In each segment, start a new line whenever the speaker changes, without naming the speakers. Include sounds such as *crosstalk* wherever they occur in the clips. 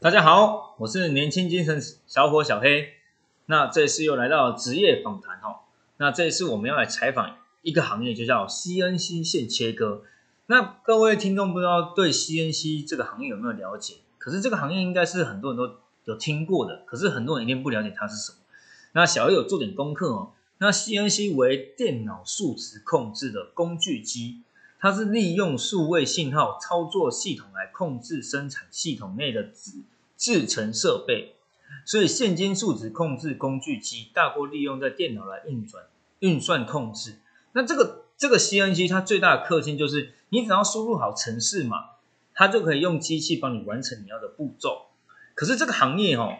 大家好，我是年轻精神小伙小黑。那这次又来到职业访谈哦。那这次我们要来采访一个行业，就叫 CNC 线切割。那各位听众不知道对 CNC 这个行业有没有了解？可是这个行业应该是很多人都有听过的，可是很多人一定不了解它是什么。那小黑有做点功课哦。那 CNC 为电脑数值控制的工具机，它是利用数位信号操作系统来控制生产系统内的制制成设备，所以现今数值控制工具机大多利用在电脑来运转、运算控制。那这个这个 CNC 它最大的特性就是，你只要输入好程式码，它就可以用机器帮你完成你要的步骤。可是这个行业哦，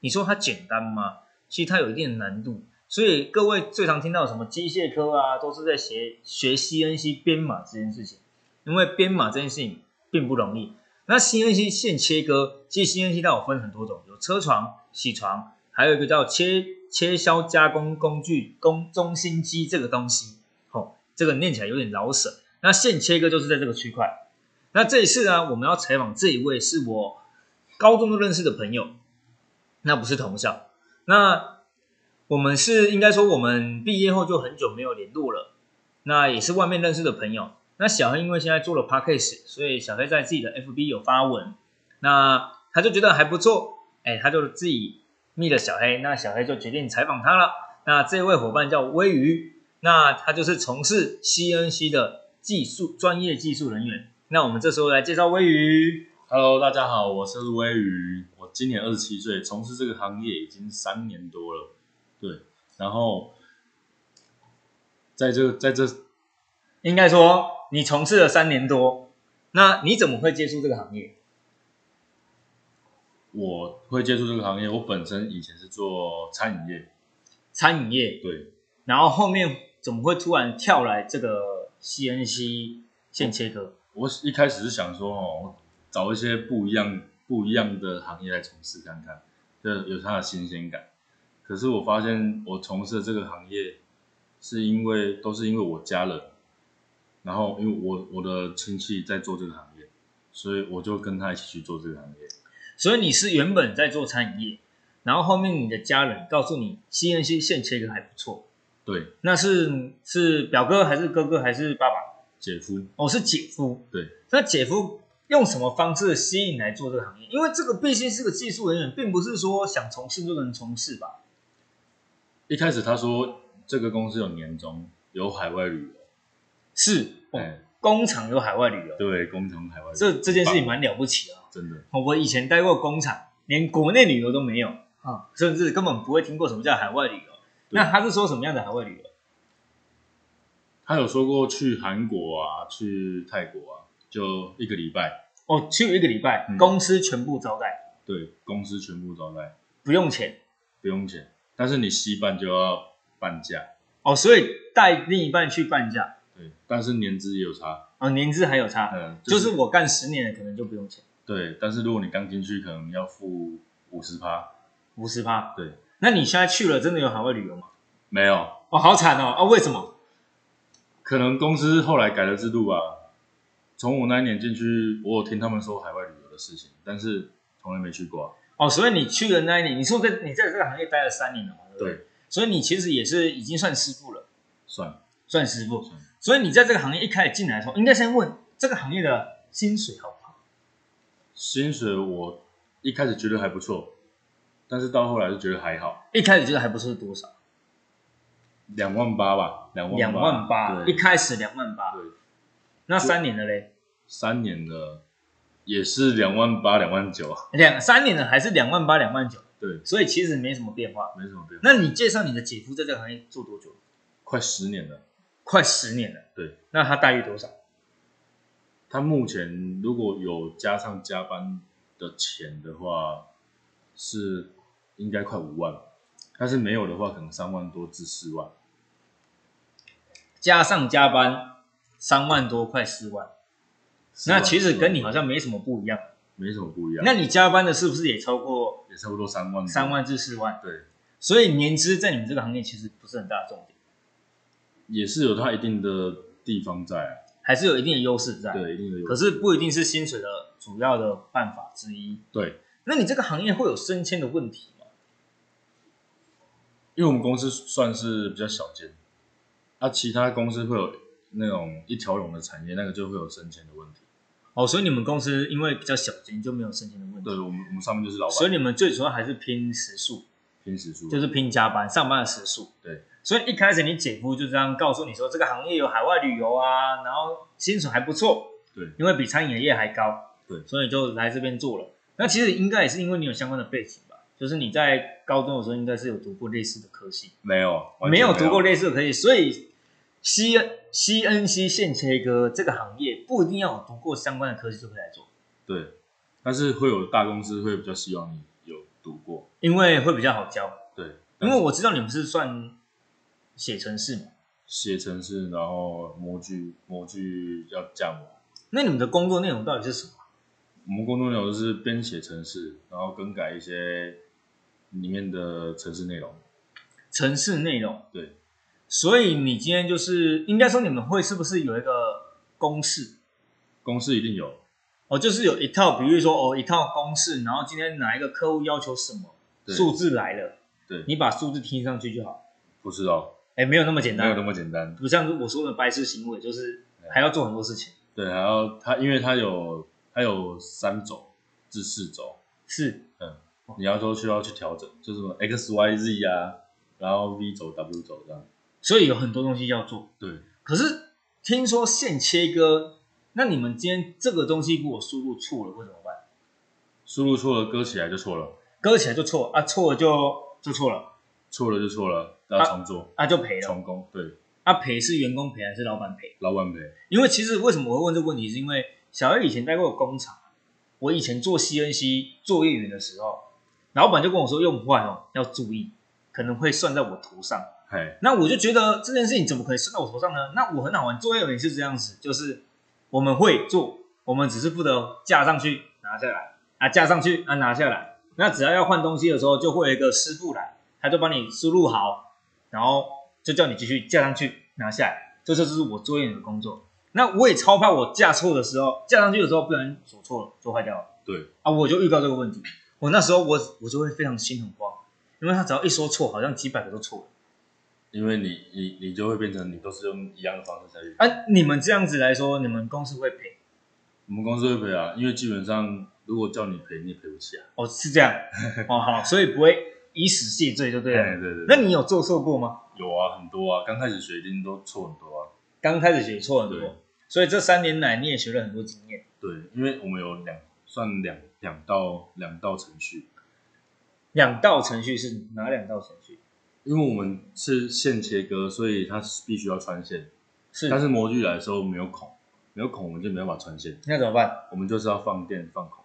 你说它简单吗？其实它有一定的难度。所以各位最常听到什么机械科啊，都是在学学 CNC 编码这件事情，因为编码这件事情并不容易。那 CNC 线切割，其实 CNC 它有分很多种，有车床、铣床，还有一个叫切切削加工工具工中心机这个东西，哦，这个念起来有点老舍。那线切割就是在这个区块。那这一次呢，我们要采访这一位是我高中就认识的朋友，那不是同校，那。我们是应该说，我们毕业后就很久没有联络了。那也是外面认识的朋友。那小黑因为现在做了 podcast，所以小黑在自己的 FB 有发文，那他就觉得还不错，哎，他就自己密了小黑。那小黑就决定采访他了。那这位伙伴叫微鱼，那他就是从事 CNC 的技术专业技术人员。那我们这时候来介绍微鱼。
Hello，大家好，我是微鱼，我今年二十七岁，从事这个行业已经三年多了。对，然后在这在这，
应该说你从事了三年多，那你怎么会接触这个行业？
我会接触这个行业，我本身以前是做餐饮业，
餐饮业
对，
然后后面怎么会突然跳来这个 CNC 线切割？
我一开始是想说哦，找一些不一样不一样的行业来从事看看，就有它的新鲜感。可是我发现，我从事这个行业，是因为都是因为我家人，然后因为我我的亲戚在做这个行业，所以我就跟他一起去做这个行业。
所以你是原本在做餐饮业，然后后面你的家人告诉你 CNC 线切割还不错。
对，
那是是表哥还是哥哥还是爸爸？
姐夫。
哦，是姐夫。
对。
那姐夫用什么方式吸引来做这个行业？因为这个毕竟是个技术人员，并不是说想从事就能从事吧。
一开始他说这个公司有年终，有海外旅游，
是，哦
哎
工厂有海外旅游，
对，工厂海外旅游
这这件事情
很棒
蛮了不起的、啊。
真的，
哦我以前待过工厂，连国内旅游都没有啊，甚至根本不会听过什么叫海外旅游。
对
那他是说什么样的海外旅游？
他有说过去韩国啊，去泰国啊，就一个礼拜，
哦，去一个礼拜，
嗯
公司全部招待，
对，公司全部招待，
不用钱。
不用钱，但是你西半就要半价，
哦，所以带另一半去半价，
对，但是年资也有差，
哦，年资还有差，
嗯，
就是我干十年的可能就不用钱，
对，但是如果你刚进去，可能要付五十趴，
五十趴。
对，
那你现在去了，真的有海外旅游吗？
没有，
哦，好惨哦！哦，为什么？
可能公司后来改了制度吧。从我那一年进去，我有听他们说海外旅游的事情，但是从来没去过啊、
哦，所以你去了那一年，你说在你在这个行业待了三年了嘛？对不对？
对，
所以你其实也是已经算师傅了，
算了，
算师傅。
算了，
所以你在这个行业一开始进来的时候，应该先问这个行业的薪水好不好？
薪水我一开始觉得还不错，但是到后来就觉得还好，
一开始觉得还不错是多少？
两万八吧，两万
两万八，一
对，
开始两万八，
对，
那三年的嘞，
三年的也是两万八、两万九， *laughs*
两三年的还是两万八、两万九，
对，
所以其实没什么变化。
没什么变化，
那你介绍你的姐夫在这个行业做多久？
快十年了。
快十年了。
对，
那他待遇多少？
他目前如果有加上加班的钱的话，是应该快五万，但是没有的话，可能三万多至四万。
加上加班，三万多，快四万。那其实跟你好
像
像没什么不一样。
没什么不一样，
那你加班的是不是也超过
也差不多三万多
三。万至四万？
对，
所以年资在你们这个行业其实不是很大的重点，
也是有它一定的地方在、
还是有一定的优势在。
啊，对，一定的有。
可是不一定是薪水的主要的办法之一。
对，
那你这个行业会有升迁的问题吗？
因为我们公司算是比较小间，啊，其他公司会有那种一条龙的产业，那个就会有升迁的问题。
哦，所以你们公司因为比较小间，就没有升迁的问
对
题。
我们，我们上面就是老
所
板
以你们最主要还是拼时数，
拼时数，
就是拼加班、上班的时数。
对，
所以一开始你姐夫就这样告诉你说，这个行业有海外旅游啊，然后薪水还不错，
对，
因为比餐饮业还高，
对
所以就来这边做了。那其实应该也是因为你有相关的背景吧，就是你在高中的时候应该是有读过类似的科系，
没有，完全
没有读过
没
类似的科系，所以 C N C N C 线切割这个行业不一定要有读过相关的科系就可以来做，
对，但是会有大公司会比较希望你有读过，
因为会比较好教。
对，
因为我知道你们是算写程式嘛，
写程式，然后模具模具要架模，
那你们的工作内容到底是什么？
我们工作内容就是编写程式，然后更改一些里面的程式内容。
城市内容。
对，
所以你今天就是应该说你们会是不是有一个公式？
公司一定有，
哦，就是有一套，比如说哦一套公式，然后今天哪一个客户要求什么
对
数字来了，
对
你把数字听上去就好。
不是哦，
哎，没有那么简
没有那
单，
么简单。
不像我说的白痴行为，就是
对
还要做很多事情。
对，还要它，因为它有它有三轴至四轴，
是，
你要都需要去调整，就是什么 X、Y、Z 啊，然后 V 轴、W 轴这样。
所以有很多东西要做。
对，
可是听说线切割，那你们今天这个东西如果输入错了会怎么办？
输入错了，割起来就错了，
割起来就错啊，错了就就错了
错了就错了，要重做、
啊，就赔了。
重工。对，
啊，赔是员工赔还是老板赔？
老板赔。
因为其实为什么我会问这个问题，是因为小艾以前待过工厂，我以前做 CNC 作业员的时候，老板就跟我说用坏哦要注意，可能会算在我头上。
嘿，
那我就觉得这件事情怎么可能算到我头上呢？那我很好玩，作业员是这样子，就是我们会做，我们只是负责架上去拿下来啊，架上去啊拿下来。那只要要换东西的时候，就会有一个师傅来，他就帮你输入好，然后就叫你继续架上去拿下来。这就是我作业员的工作。那我也超怕我架错的时候，架上去的时候不然手错了，做坏掉了。
对，
啊，我就遇到这个问题。我那时候我我就会非常心很慌，因为他只要一说错，好像几百个都错了。
因为你你你就会变成你都是用一样的方式下去。
啊，你们这样子来说，你们公司会赔
我们公司会赔啊，因为基本上如果叫你赔，你也赔不起啊。
哦，是这
*laughs*
样哦，好，所以不会以死谢罪就对
哎
了。
对对
那
对，
你有做错过吗？
有啊，很多啊，刚开始学一定都错很多啊。
刚开始学错很
对
多，所以这三年来你也学了很多经验。
对，因为我们有两算两两道两道程序，
两道程序是哪两道程序？
因为我们是线切割，所以它是必须要穿线。
是，
但是模具来的时候没有孔，没有孔我们就没办法穿线，
那怎么办？
我们就是要放电放孔。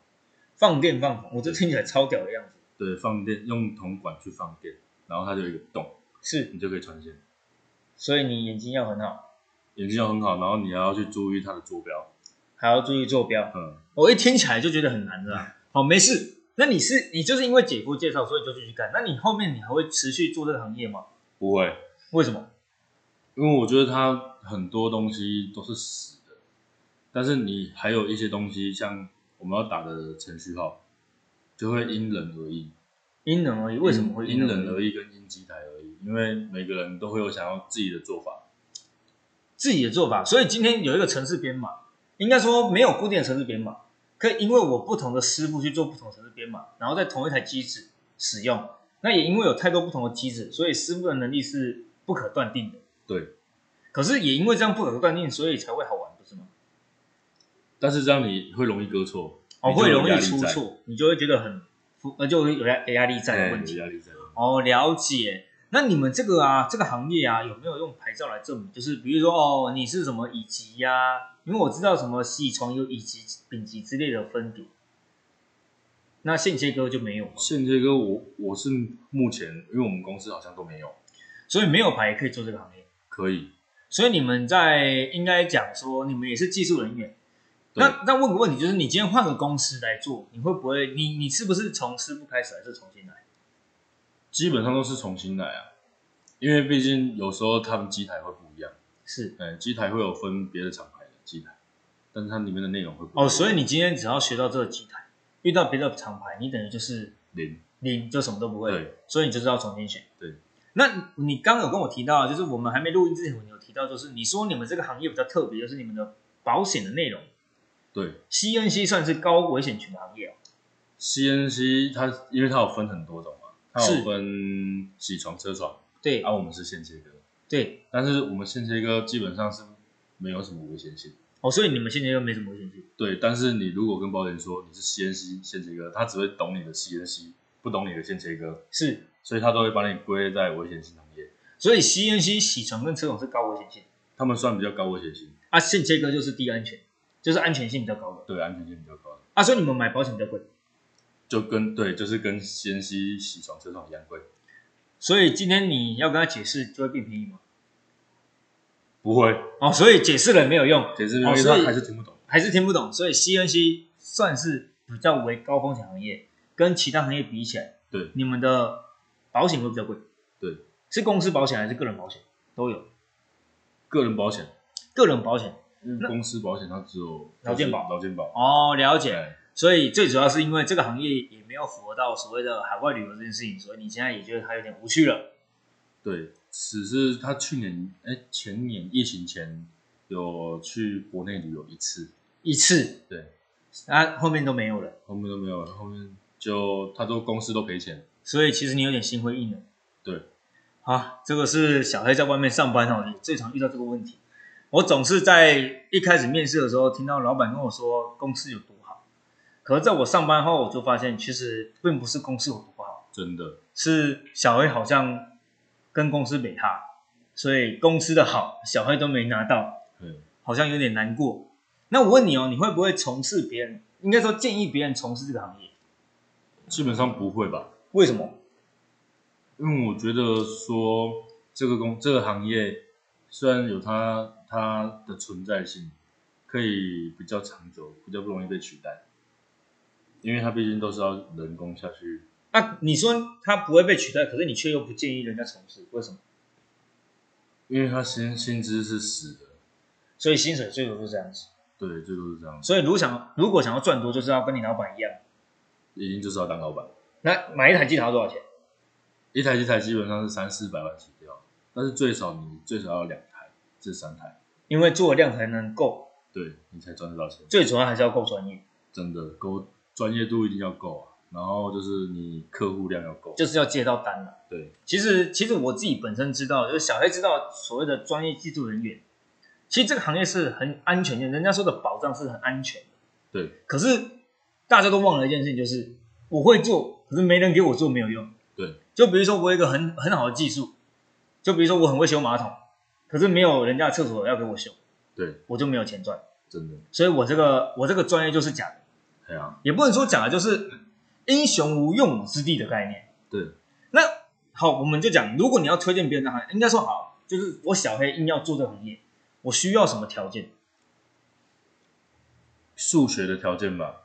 放电放孔，我这听起来超屌的样子。
对，放电用铜管去放电，然后它就有一个洞，
是，
你就可以穿线。
所以你眼睛要很好，
眼睛要很好，然后你还要去注意它的坐标。
还要注意坐标。
嗯，
我一听起来就觉得很难的
*laughs*
啊。好，没事。那你是你就是因为姐夫介绍，所以就继续干。那你后面你还会持续做这个行业吗？
不会，
为什么？
因为我觉得它很多东西都是死的，但是你还有一些东西，像我们要打的程序号，就会因人而异。
因人而异，为什么会
嗯因人
异？
而异跟因机台而异？因为每个人都会有想要自己的做法。
自己的做法，所以今天有一个城市编码，应该说没有固定的城市编码，可以因为我不同的师傅去做不同的城市编码，然后在同一台机子使用。那也因为有太多不同的机子，所以师傅的能力是不可断定的。
对，
可是也因为这样不可断定，所以才会好玩，不是吗？
但是这样你会容易割错，
哦，
你就
会
有
容
压
易
力
出
在，
错，你就会觉得很，呃，就会有压压力在的
哎
问
有
题。
压力在。
哦，了解。那你们这个啊，这个行业啊，有没有用牌照来证明？就是比如说，哦，你是什么乙级呀、因为我知道什么乙床有乙级、丙级之类的分别。那线切割就没有嘛，
线切割我我是目前，因为我们公司好像都没有，
所以没有牌也可以做这个行业。
可以。
所以你们在应该讲说，你们也是技术人员。
对
那那问个问题，就是你今天换个公司来做，你会不会？你你是不是从师傅开始，还是重新来？
基本上都是重新来啊，因为毕竟有时候他们机台会不一样，
是
哎，机台会有分别的厂牌的机台，但是它里面的内容会不一
哦
样
哦，所以你今天只要学到这个机台，遇到别的厂牌，你等于就是
零，
零，就什么都不会，
对
所以你就是要重新选。
对，
那你刚刚有跟我提到，啊就是我们还没录音之前，你有提到，就是你说你们这个行业比较特别，就是你们的保险的内容
对。
，CNC 算是高危险群的行业哦。
CNC 它因为它有分很多种嘛，它
是
有分铣床、车床，
对、
啊，我们是线切割，
对，
但是我们线切割基本上是没有什么危险性。
哦，所以你们现在又没什么危险性。
对，但是你如果跟保险说你是 CNC 线切割，他只会懂你的 CNC，不懂你的线切割，
是，
所以他都会把你归类在危险性行业。
所以 CNC 洗床跟车床是高危险性，
他们算比较高危险性，
啊，线切割就是低安全，就是安全性比较高的。
对安全性比较高，
啊，所以你们买保险比较贵。
就跟对就是跟 CNC 铣床、车床一样贵，
所以今天你要跟他解释，就会变便宜吗？
不会，
哦，所以解释了没有用，
解释
哦
因为
所以
他还是听不懂。
还是听不懂，所以 CNC 算是比较为高风险行业，跟其他行业比起来，
对
你们的保险会比较贵，
对，
是公司保险还是个人保险都有，
个人保险，
个人保险
因为公司保险它只有
劳健保
劳健保，
哦，了解。
对
所以最主要是因为这个行业也没有符合到所谓的海外旅游这件事情，所以你现在也觉得它有点无趣了。
对，只是他去年哎、前年疫情前有去国内旅游一次，
一次，
对，
那、后面都没有了，
后面都没有了，后面就他都公司都赔钱，
所以其实你有点心灰意冷。
对，
啊，这个是小黑在外面上班哦，也最常遇到这个问题。我总是在一开始面试的时候听到老板跟我说公司有多好，可是在我上班后我就发现，其实并不是公司有多不好，
真的
是小黑好像跟公司没哈，所以公司的好小黑都没拿到，
对，
好像有点难过。那我问你哦，你会不会从事别人，应该说建议别人从事这个行业？
基本上不会吧？
为什么？
因为我觉得说这个工这个行业虽然有它它的存在性，可以比较长久，比较不容易被取代，因为它毕竟都是要人工下去
啊，你说他不会被取代，可是你却又不建议人家从事，为什么？
因为他薪薪资是死的，
所以薪水最多就是这样子。
对，最多是这样，
所以如果想如果想要赚多，就是要跟你老板一样。
已经就是要当老板。
那买一台机台要多少钱？
一台机台基本上是三四百万起跳，但是最少你最少要两台至三台，
因为做量才能够，
对你才赚得到钱。
最主要还是要够专业，
真的够专业度一定要够啊，然后就是你客户量要够，
就是要接到单了。
对
其实其实我自己本身知道，就是小黑知道所谓的专业技术人员，其实这个行业是很安全的，人家说的保障是很安全的。
对
可是大家都忘了一件事情，就是我会做，可是没人给我做没有用。
对，
就比如说我有一个很很好的技术，就比如说我很会修马桶，可是没有人家的厕所要给我修，
对，
我就没有钱赚。
真的，
所以我这个我这个专业就是假的，
哎呀、啊，
也不能说假的，就是英雄无用武之地的概念。
对
那好，我们就讲，如果你要推荐别人的行业，应该说好，就是我小黑硬要做这个行业，我需要什么条件？
数学的条件吧，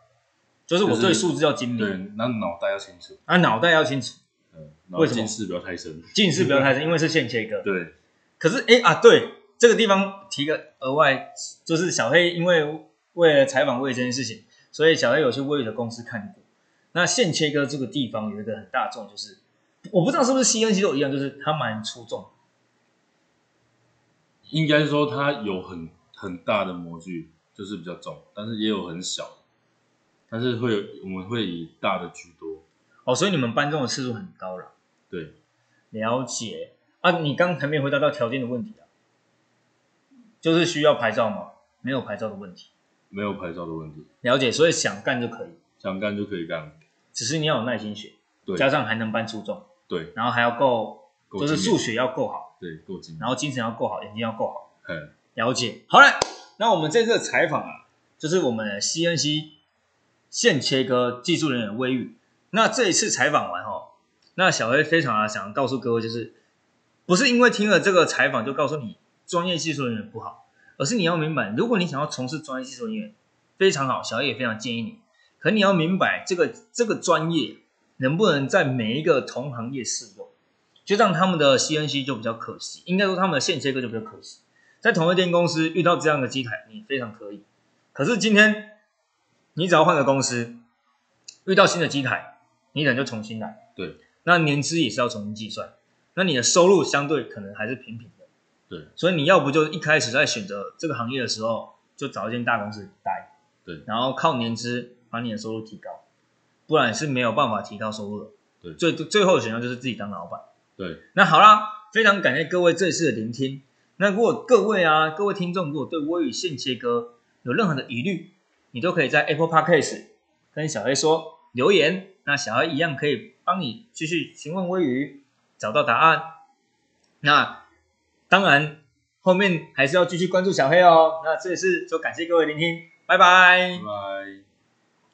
就是我
就是
对数字要精明，
对，那脑袋要清楚，
啊，脑袋要清楚，
嗯，然后
为什么
近视不要太深，
近视不要太深，因为是线切割。
对
可是哎啊，对这个地方提个额外，就是小黑因为为了采访魏宇这件事情，所以小黑有去魏宇的公司看过。那线切割这个地方有一个很大众，就是我不知道是不是 CNC 都一样，就是它蛮出众。
应该说它有很很大的模具，就是比较重，但是也有很小的，但是会有我们会以大的居多，
哦，所以你们搬中的次数很高了。
对。
了解啊，你刚才没有回答到条件的问题啊，就是需要牌照吗？没有牌照的问题。
没有牌照的问题，
了解，所以想干就可以，
想干就可以干。
只是你要有耐心学，
对
加上还能搬出众，
对，
然后还要够，
够
就是
精
数
明
学要够好，
对，够精明。
然后精神要够好，眼睛要够好。
嗯，
了解。好了，那我们这次的采访啊，就是我们的 CNC 线切割技术人员魏玉。那这一次采访完哦，那小黑非常啊想告诉各位，就是不是因为听了这个采访就告诉你专业技术人员不好，而是你要明白，如果你想要从事专业技术人员，非常好，小黑也非常建议你。可你要明白，这个这个专业能不能在每一个同行业适用，就让他们的 CNC 就比较可惜，应该说他们的线切割就比较可惜。在同一间公司遇到这样的机台，你非常可以。可是今天你只要换个公司，遇到新的机台，你可能就重新来。
对，
那年资也是要重新计算，那你的收入相对可能还是平平的。
对，
所以你要不就一开始在选择这个行业的时候，就找一间大公司待，
对
然后靠年资把你的收入提高，不然是没有办法提高收入的。
对
最最后的选项就是自己当老板。
对，
那好啦，非常感谢各位这一次的聆听。那如果各位啊，各位听众，如果对微语线切割有任何的疑虑，你都可以在 Apple Podcast 跟小黑说留言，那小黑一样可以帮你继续询问微语，找到答案。那当然，后面还是要继续关注小黑哦。那这一次就感谢各位聆听，拜拜
拜拜。